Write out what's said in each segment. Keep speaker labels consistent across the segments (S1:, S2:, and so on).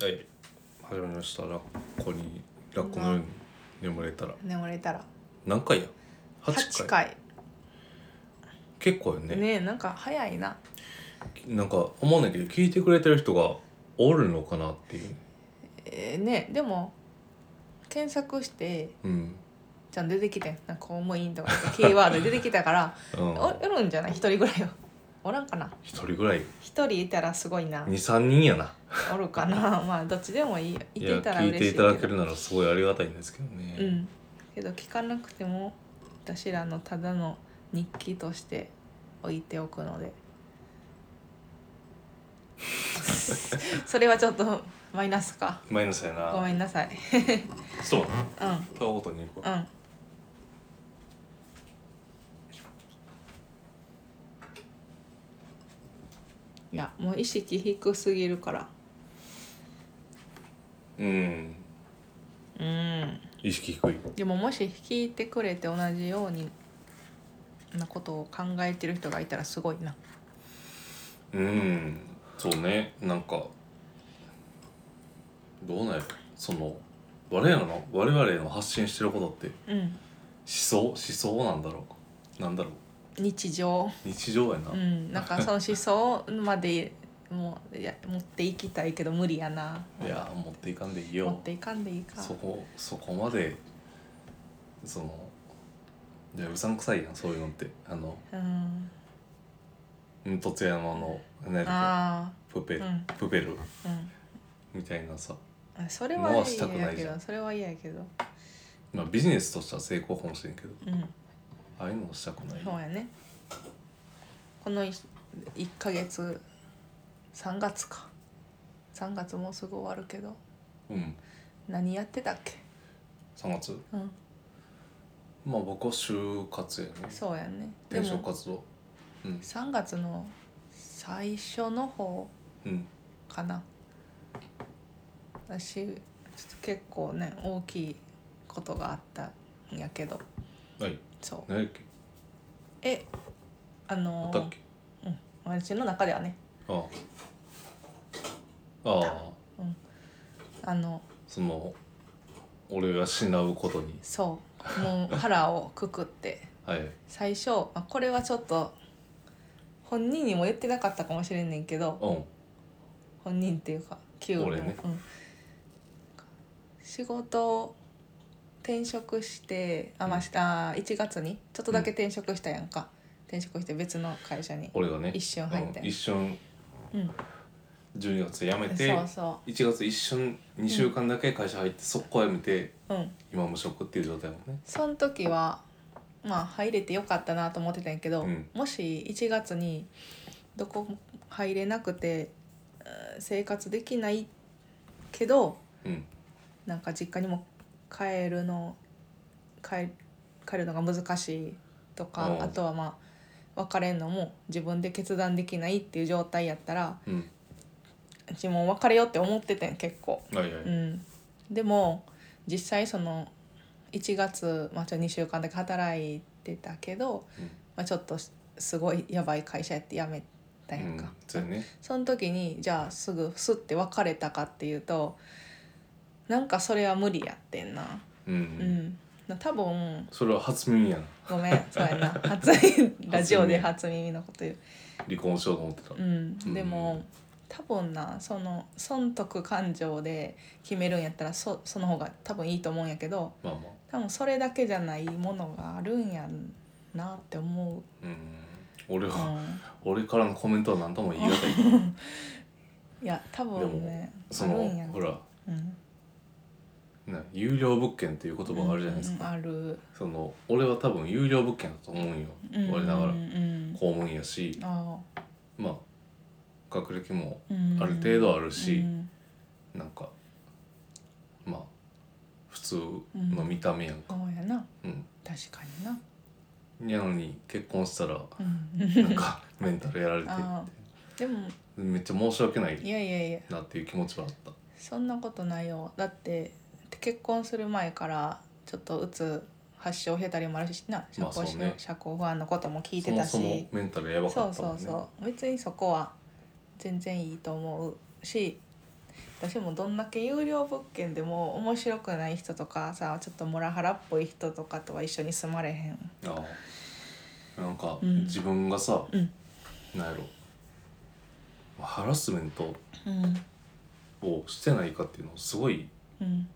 S1: はい始まりましたラッコにラッコのように眠れたら
S2: 眠れたら
S1: 何回や8回
S2: 8回
S1: 結構よね
S2: ねえなんか早いな
S1: なんか思うんだけど聞いてくれてる人がおるのかなっていう
S2: えーねえでも検索して
S1: うん、
S2: ちゃんと出てきてんなんか公務員とかってキーワードで出てきたから
S1: うん、
S2: おおるんじゃない一人ぐらいはおらんかな
S1: 一人ぐらい
S2: 一人いたらすごいな
S1: 23人やな
S2: おるかな まあどっちでもいいよ
S1: い
S2: いて
S1: や
S2: たら
S1: 聞い
S2: 嬉
S1: て
S2: しい
S1: い
S2: け
S1: た
S2: ど
S1: だけるならすごいありがたいんですけどね、
S2: うんけど聞かなくても私らのただの日記として置いておく のでそれはちょっとマイナスか
S1: マイナスや
S2: ご
S1: な
S2: めんなさい。
S1: そうな
S2: うん、うん、
S1: そういうことに行こ
S2: 今いや、もう意識低すぎるから。
S1: ううん
S2: うん。
S1: 意識低い
S2: でももし聞いてくれて同じようになことを考えてる人がいたらすごいな。
S1: うんそうねなんかどうなんやろその我々の我々の発信してることって
S2: うん。
S1: 思想思想なんだろうなんだろう
S2: 日常。
S1: 日常やな、
S2: うん。なんかその思想までもういや持っていきたいけど無理やな。
S1: いや持っていかんでいい
S2: 持
S1: よ
S2: っていかんでいいか。
S1: そこそこまでそのいやうさんくさいやんそういうのってあの
S2: うん。
S1: うんとつやまの何やっ
S2: あ
S1: けプペ
S2: あ。う
S1: ル、
S2: ん。
S1: プペル
S2: うん。
S1: みたいなさ、
S2: あそれは
S1: 回したく
S2: 嫌
S1: な
S2: や
S1: い
S2: け
S1: じゃ
S2: ど
S1: ん
S2: それは嫌やけど
S1: まあ、ビジネスとしては成功かもしれんけど
S2: うん
S1: ああいうのしたくない
S2: そうやねこの1ヶ月3月か3月もうすぐ終わるけど
S1: うん
S2: 何やってたっけ
S1: 3月
S2: うん
S1: まあ僕は就活やね
S2: そうやねで
S1: 転職
S2: も
S1: 活動うん
S2: 3月の最初の方
S1: うん
S2: かな私ちょっと結構ね大きいことがあったんやけど
S1: はい
S2: そう
S1: 何やっけ
S2: えあ
S1: あ
S2: の
S1: ったっけ
S2: うん、私の中ではね
S1: ああああ
S2: あの
S1: その俺が死なうことに
S2: そうもう腹をくくって
S1: はい
S2: 最初まあこれはちょっと本人にも言ってなかったかもしれんねんけど
S1: うん
S2: 本人っていうか旧の
S1: 俺ね
S2: うん、仕事を転職してあ
S1: う
S2: まあ
S1: ん
S2: した1月にちょっとだけ転職したやんか、転職して別の会社に
S1: 俺がね
S2: 一瞬入って
S1: うん一瞬
S2: うん
S1: 12月辞めて
S2: そうそ
S1: 1月一瞬2週間だけ会社入ってそこ辞めて
S2: ううん
S1: 今無職っていう状態もね
S2: その時はまあ入れてよかったなと思ってたんやけど、
S1: うん
S2: もし1月にどこも入れなくてうん生活できないけど
S1: うん
S2: なんか実家にも帰るの帰帰るのが難しいとか
S1: うん
S2: あとはまあ別れるのも自分で決断できないっていう状態やったら
S1: うん
S2: うちもう別れようって思っててん結構。
S1: はいは
S2: う
S1: い
S2: ん、でも実際その1月、まあ、ちょ2週間だけ働いてたけど、
S1: うん
S2: まあ、ちょっとすすごいやばい会社やって辞めた
S1: う
S2: やん
S1: ん
S2: か、
S1: そうやね
S2: その時にじゃあすぐすって別れたかっていうとなんかそれは無理やってんな、
S1: う
S2: うんん、な多分
S1: それは初耳やな
S2: ごめんそうや な初ラジオで初耳のこと言う、
S1: 離婚しようと思ってた
S2: うん、でも、
S1: う
S2: 多分なその損得感情で決めるんやったらそその方が多分いいと思うんやけど
S1: まあまあ
S2: 多分それだけじゃないものがあるんやなって思
S1: うん俺
S2: う、
S1: は
S2: う
S1: 俺からのコメントは何とも言い難い けど
S2: ん、いや多分ね
S1: そ
S2: あ
S1: の
S2: るんや
S1: ほら
S2: うん、
S1: な有料物件っていう言葉があるじゃないですか、
S2: うんある
S1: その俺は多分有料物件だと思うんよ、
S2: うん
S1: 我ながら
S2: うんうん
S1: 公務員やし
S2: あ
S1: まあ学歴も
S2: あうん
S1: ある程度あるし
S2: うん
S1: なんかまあ普通の見た目やんか、
S2: そうやな
S1: うん
S2: 確かにな、
S1: やのに結婚した ら
S2: うん、
S1: なんかメンタルやられて
S2: あでも
S1: めっちゃ申し訳ない
S2: いやいやいや
S1: なっていう気持ちはあった
S2: そんなことないよだって結婚する前からちょっとうつ発症してたりもあるしな社
S1: まあ
S2: 交,、
S1: そうね
S2: 社交不安のことも聞いて
S1: そ
S2: た
S1: も
S2: し
S1: そもメンタルやば
S2: そ
S1: か
S2: う
S1: った
S2: そ
S1: もん
S2: う
S1: ね
S2: そう別にそこは全然いいと思うし私もどんだけ有料物件でも面白くない人とかさちょっとモラハラっぽい人とかとは一緒に住まれへん
S1: ああなんか
S2: うん
S1: 自分がさ、
S2: うん
S1: なんやろまあハラスメント
S2: うん
S1: をしてないかっていうのをすごい
S2: うん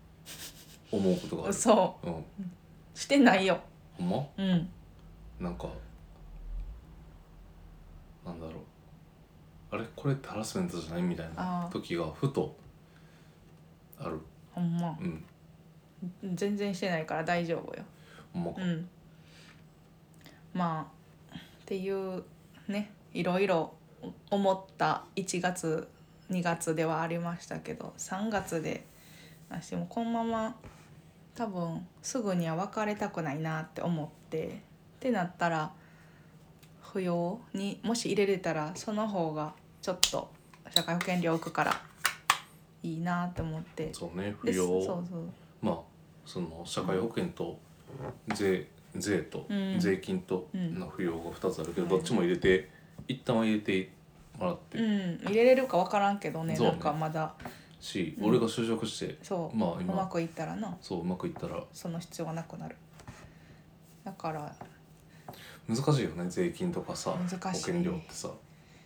S1: 思うことがある
S2: 嘘
S1: うん
S2: してないよ
S1: ほんま
S2: うん
S1: なんかなんだろうあれこれってハラスメントじゃないみたい
S2: あ
S1: な
S2: ー
S1: 時がふとある
S2: ほんま
S1: うん
S2: 全然してないから大丈夫よ
S1: ほんまか
S2: うんまあっていうねいろいろ思った1月2月ではありましたけど3月で私もこのまま多分すぐには別れたくないなって思ってってなったら扶養にもし入れれたらその方がちょっと社会保険料浮くからいいなって思って。
S1: そうね不
S2: で
S1: 要
S2: そうそう
S1: まあその社会保険と税税と
S2: うん
S1: 税金と
S2: うん
S1: の扶養が2つあるけど、
S2: うん
S1: どっちも入れて一旦は入れてもらって
S2: う
S1: る
S2: ん、入れれるか分からんけどね
S1: そうね
S2: なんかまだ
S1: し、
S2: うん
S1: 俺が就職して
S2: そう、
S1: まあ
S2: うま
S1: 今
S2: くいったらな
S1: そううまくいったら
S2: その必要がなくなるだから
S1: 難しいよね税金とかさ
S2: 難しい
S1: 保険料ってさ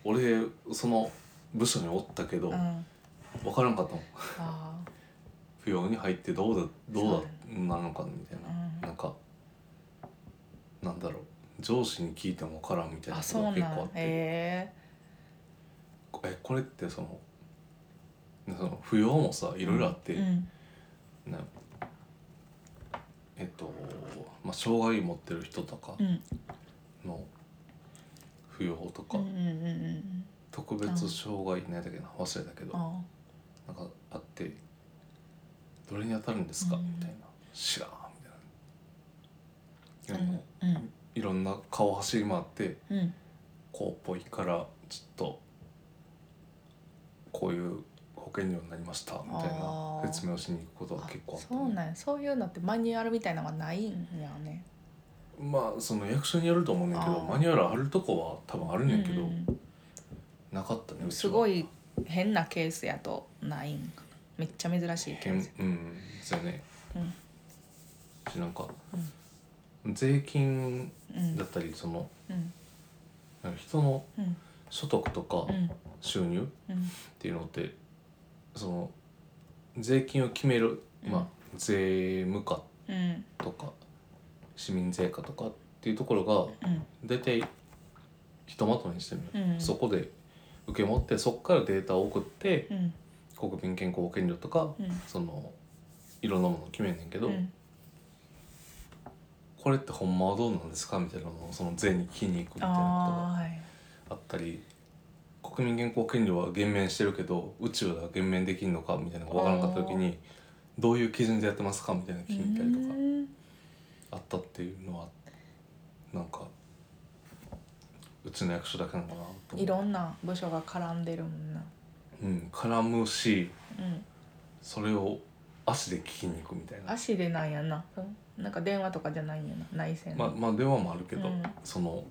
S1: 俺その部署におったけど、
S2: うんあ
S1: 分からんかったもん
S2: あ
S1: 扶養に入ってどうだどう
S2: そ
S1: だなのかみたいな、
S2: うん
S1: なんかなんだろう上司に聞いても分からんみたいな
S2: あ
S1: こ
S2: そう
S1: とが
S2: な
S1: 結
S2: ん
S1: 構あって。
S2: へ
S1: えこれってそのその扶養もさいろいろあって、
S2: えうん
S1: なえっと、まあ、障害持ってる人とか
S2: うん
S1: の扶養と
S2: う
S1: か、
S2: んうんうんうん
S1: 特別障害なんだっけな忘れたけど、
S2: あ
S1: なんかあってどれに当たるんですか、
S2: うん
S1: みたいな知らんみ
S2: あ
S1: たいな。でも
S2: うん
S1: いろんな顔走り回って
S2: うん
S1: こうっぽいからちょっとこういう保険料になりましたみたいな
S2: あー
S1: 説明をしに行くことは
S2: あ
S1: 結構あった、
S2: そうなんやそういうのってマニュアルみたいなのがないんやね
S1: まあその役所によると思うねんだけど
S2: あー
S1: マニュアルあるとこは多分あるねんだけど、
S2: うんうん
S1: なかったね
S2: う
S1: うんちは
S2: すごい変なケースやとないんかなめっちゃ珍しいケ
S1: 変
S2: ー
S1: うん
S2: ス
S1: そうやね
S2: うん
S1: しなんか、税金
S2: うん
S1: だったりその
S2: うん
S1: なんか人の
S2: うん
S1: 所得とか
S2: うん
S1: 収入っ
S2: うん
S1: ていうのってその税金を決める、まあ
S2: うん
S1: 税務課
S2: うん
S1: とか市民税課とかっていうところが大体ひとまとめにしてるのよ、
S2: うん
S1: そこで受け持ってそこからデータを送って
S2: うん
S1: 国民健康保険料とか
S2: うん
S1: そのいろんなものを決めんねんけど、
S2: うん
S1: これってほんまはどうなんですかみたいなのをその税に聞きに行くみたいな
S2: ああはい
S1: ことがあったり国民健康保険料は減免してるけど宇宙では減免できんのかみたいなのが分からなかった時にどういう基準でやってますかみたいなの聞いたりとか。
S2: うん
S1: あったっていうのはなんかうちの役所だけなのかなと思う
S2: いろんな部署が絡んでるもんな
S1: うん、絡むし
S2: うん
S1: それを足で聞きに行くみたいな
S2: 足でなんやなうんなんか電話とかじゃないんやな内線
S1: まあまあ電話もあるけど、
S2: うん
S1: その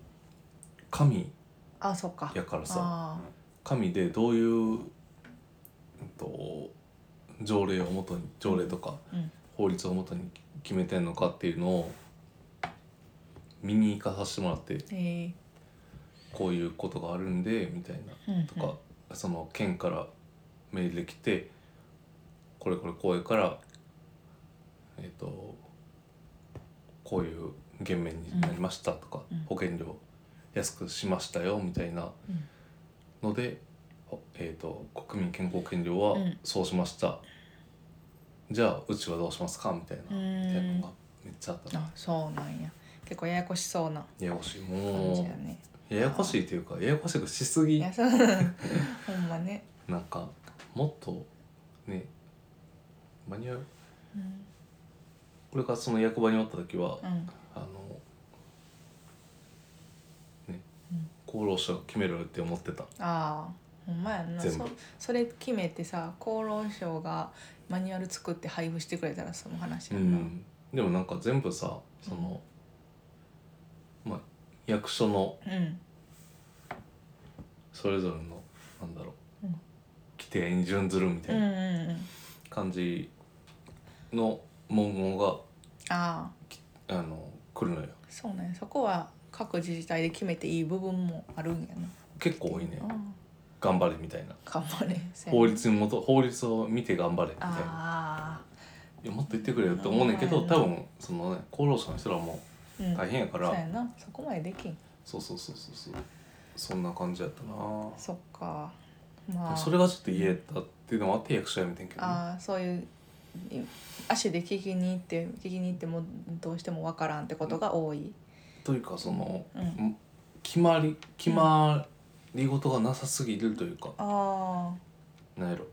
S1: 神
S2: あそっか
S1: やからさ
S2: あ
S1: 神でどういう、うんと、条例をもとに条例とか
S2: ーうん
S1: 法律をもとに決めてんのかっていうのを見に行かさせてもらって
S2: ええ
S1: こういうことがあるんでみたいな
S2: うん
S1: とか、その県からメールで来てこれこれこうやからえっ、とこういう減免になりましたとか、
S2: うんうん
S1: 保険料安くしましたよみたいな
S2: うん
S1: ので、ほえー、と国民健康保険料は
S2: うん
S1: そうしました、じゃあうちはどうしますかみたいな
S2: う
S1: みたいなの
S2: ん
S1: がめっちゃあったな
S2: あそうなんや結構ややこしそうな
S1: ややこしい
S2: 感じ
S1: も
S2: やね
S1: うややこしいというかややこしくしす
S2: い
S1: ぎ
S2: やそう ほんまね
S1: なんかもっとねマニュアル
S2: うん
S1: 俺がその役場におった時は、
S2: うん
S1: あのね厚労省が決めるって思ってた
S2: ああほんまやんな
S1: 全部
S2: そそれ決めてさ厚労省がマニュアル作って配布してくれたらその話
S1: う
S2: やんな、
S1: んでもなんか全部さその、まあ役所の
S2: うん
S1: それぞれのなんだろう、
S2: うん
S1: 規定に準ずるみた
S2: うん
S1: い
S2: うん
S1: な
S2: うん
S1: 感じの文言が
S2: ああ
S1: あの来るのよ
S2: そうねそこは各自治体で決めていい部分もあるんやな
S1: 結構多いね
S2: うん
S1: 頑張れみたいな
S2: 頑張れせやな
S1: 法律にもと法律を見て頑張れみたいな
S2: あ
S1: いやもっと言ってくれよって思うねんけど
S2: うん
S1: 多分そのね厚労省の人らも
S2: あうん
S1: 大変やから、
S2: そうやなそこまでできん
S1: そうそうそうそうそうそんな感じやったな
S2: そっかまあ
S1: それがちょっと嫌やったっていうのもあって役所辞めてんけどね、
S2: ああそういうい足で聞きに行って聞きに行ってもどうしてもわからんってことが多い
S1: というかその、
S2: うん
S1: ん決まり決まり事がなさすぎるというか、
S2: ああ
S1: なんやろ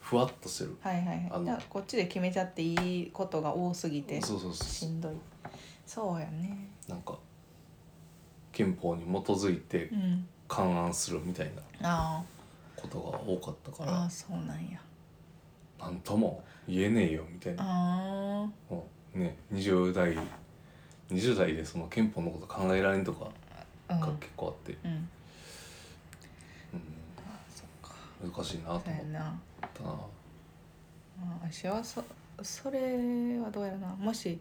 S1: ふわっとしてる
S2: はいはい
S1: あ
S2: はい
S1: の
S2: じゃあこっちで決めちゃっていいことが多すぎて
S1: そうそう
S2: し
S1: そ
S2: んどいそうやね
S1: うなんか憲法に基づいて
S2: うん
S1: 勘案するみたいな
S2: あ
S1: ことが多かったか
S2: ああ
S1: ら
S2: あそうなんや
S1: なんとも言えねえよみたいな
S2: あ
S1: もうね20代20代でその憲法のこと考えられんとか
S2: あうん
S1: が結構あって、
S2: うん
S1: う
S2: あそっか
S1: ん、難しいなと
S2: そ
S1: 思
S2: うや
S1: っ
S2: な
S1: たな
S2: まあ私はそそれはどうやろなもし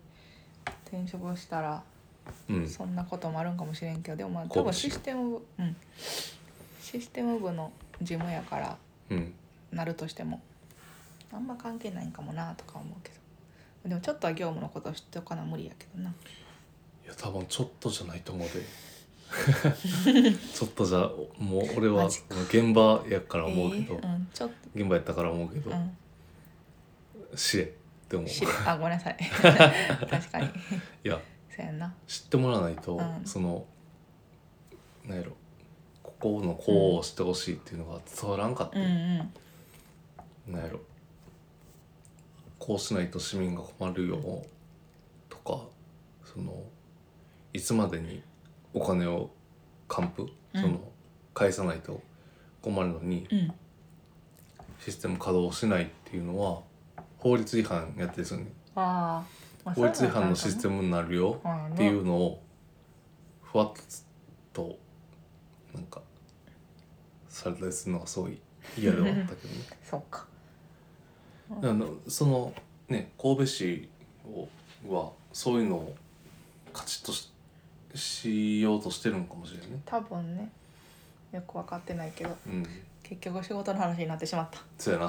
S2: 転職したら
S1: うん
S2: そんなこともあるんかもしれんけどでもまあ
S1: こ
S2: 多
S1: うも
S2: 分
S1: し
S2: システム部うんシステム部の事務やから
S1: うん
S2: なるとしてもあんま関係ないんかもなとか思うけどでもちょっとは業務のこと知っておかな無理やけどない
S1: や多分ちょっとじゃないと思うで ちょっとじゃもう俺は
S2: マジ
S1: 現場やから思うけど、
S2: えーうんちょっと、
S1: 現場やったから思うけど、
S2: うん、
S1: 知れって思う
S2: 知るあごめんなさい 確かに
S1: いや
S2: そうやんな
S1: 知ってもらわないと、
S2: うん
S1: そのなんやろここのこうをしてほしいっていうのが伝わらんかった、
S2: うんうん
S1: なんやろこうしないと市民が困るよとかそのいつまでにお金を還付、
S2: うん
S1: その返さないと困るのに
S2: うん
S1: システム稼働しないっていうのは法律違反やってるんですよね
S2: あー、まあ
S1: 法律違反のシステ
S2: ム
S1: ムになるよ
S2: っ
S1: っていうのをふわっとなんかされたりするのがすごい嫌ではあったけどね。
S2: そうか
S1: あのそのね神戸市をはそういうのをカチッとししようとしてるのかもしれないね。
S2: 多分ねよく分かってないけど
S1: うん、
S2: 結局仕事の話になってしまった
S1: そう やな。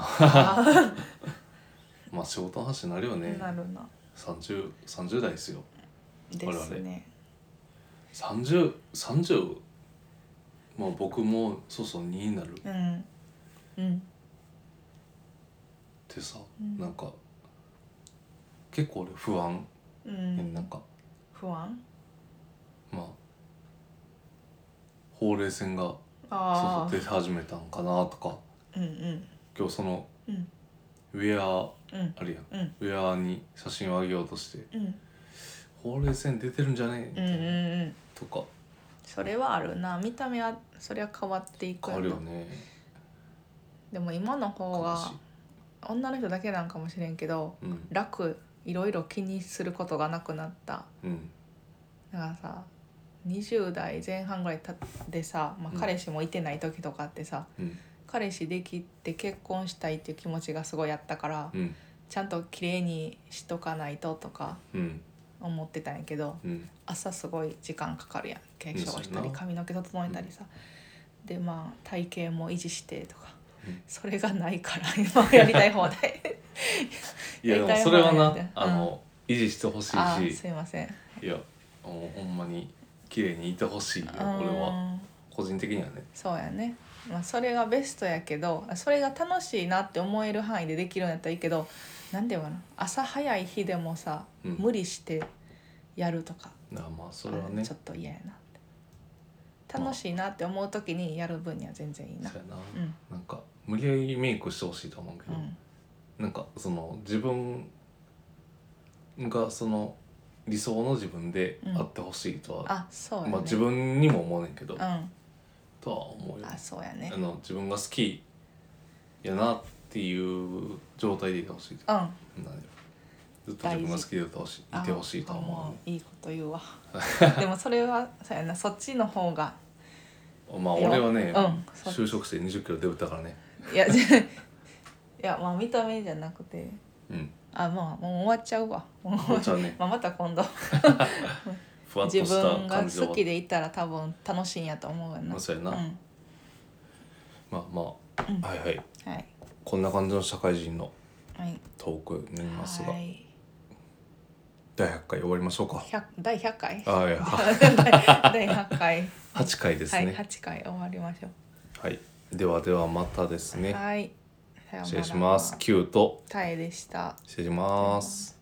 S1: まあ仕事の話になるよね。
S2: なるな
S1: 三十三十代ですよ。
S2: で
S1: 我
S2: す
S1: 々
S2: ね
S1: 三十三十まあ僕もそうそう二になるっ
S2: うんうん
S1: てさ、
S2: うん
S1: なんか結構俺不安、
S2: う
S1: ね
S2: ん
S1: なんか
S2: 不安
S1: まあほうれい線がそ
S2: あ
S1: う
S2: あ
S1: そう出始めたんかなとか。
S2: うんうん
S1: 今日その
S2: うん
S1: ウェア
S2: うん
S1: あるやん
S2: うん
S1: ウェアに写真をあげようとして
S2: うん
S1: 「ほうれい線出てるんじゃねえ?」み
S2: う
S1: た
S2: んう
S1: いな、
S2: んうん
S1: とか
S2: それはあるな見た目はそりゃ変わっていく
S1: 変
S2: よ
S1: わ
S2: な
S1: るよね
S2: でも今の方
S1: 悲
S2: が
S1: しい
S2: 女の人だけなんかもしれんけど
S1: うん
S2: 楽いろいろ気にすることがなくなった
S1: うん
S2: だからさ20代前半ぐらいたでさ、ま
S1: うん
S2: あ、彼氏もいてない時とかってさ、
S1: うん
S2: 彼氏できて結婚したいっていう気持ちがすごいあったから、
S1: うん
S2: ちゃんと綺麗にしとかないととか
S1: うん
S2: 思ってたんやけど
S1: うん
S2: 朝すごい時間かかるやん化粧した
S1: うんそうや
S2: り
S1: な
S2: 髪の毛整えたりさ、でまあ体型も維持してとか、
S1: うん
S2: それがないから今やりたい 放題
S1: いやでも
S2: 大体
S1: それは
S2: ほうれい
S1: な
S2: 線
S1: あの維持してほし
S2: あー
S1: いし
S2: すいません
S1: いやもうほんまに綺麗にいてほしいよ
S2: こ
S1: 俺は個人的にはね
S2: そうやね、まあ、それがベストやけどそれが楽しいなって思える範囲でできるんやったらいいけどなんでかな朝早い日でもさ、
S1: うん
S2: 無理してやるとか
S1: なあまあそれはね
S2: あち
S1: そ
S2: ょっと嫌やなって楽しいなって思う時にやる分には全然いいうな
S1: やな
S2: うん
S1: なんか無理やりメイクしてほしいとは思うけ
S2: う
S1: ど
S2: ん
S1: なんかその自分がその理想の自分であってほしいとは、
S2: あそうやね、
S1: まあ自分にも思うねんけど、
S2: うん
S1: とは思うよ
S2: あそうやね
S1: あの自分が好きやなっていう状態でいてほしい
S2: うん
S1: なんでずっと自分が好きでいてほしいいてほしいとは
S2: あ
S1: 思
S2: もういいこと言 うわでもそれはそうやなそっちの方が
S1: うねまあ
S2: いや
S1: 俺はね、
S2: うんそう
S1: 就職して2 0キロ出たからね
S2: いやじゃいやまあ見た目じゃなくて
S1: うん
S2: あまあもう終わっちゃうわもう
S1: 終わっちゃうね
S2: まあまた今度
S1: ふわっと
S2: 自
S1: した
S2: 分が
S1: 感じで終
S2: 好
S1: わっ
S2: きでいたら多分楽しいんやと思うよな
S1: まあそうやな
S2: うん、
S1: まあまあ、はいはい
S2: はい
S1: こんな感じの社会人の
S2: はい
S1: トークになりますが、
S2: はい
S1: 第100回終わりましょうか
S2: 100第100回
S1: あいやは
S2: 第100回
S1: 8回です
S2: はい、
S1: ね
S2: 8回終わりましょ
S1: はい、ではではまたです
S2: う。
S1: ね
S2: はい。さような
S1: 失
S2: ら
S1: 礼します。キュート
S2: タイでした。
S1: 失礼します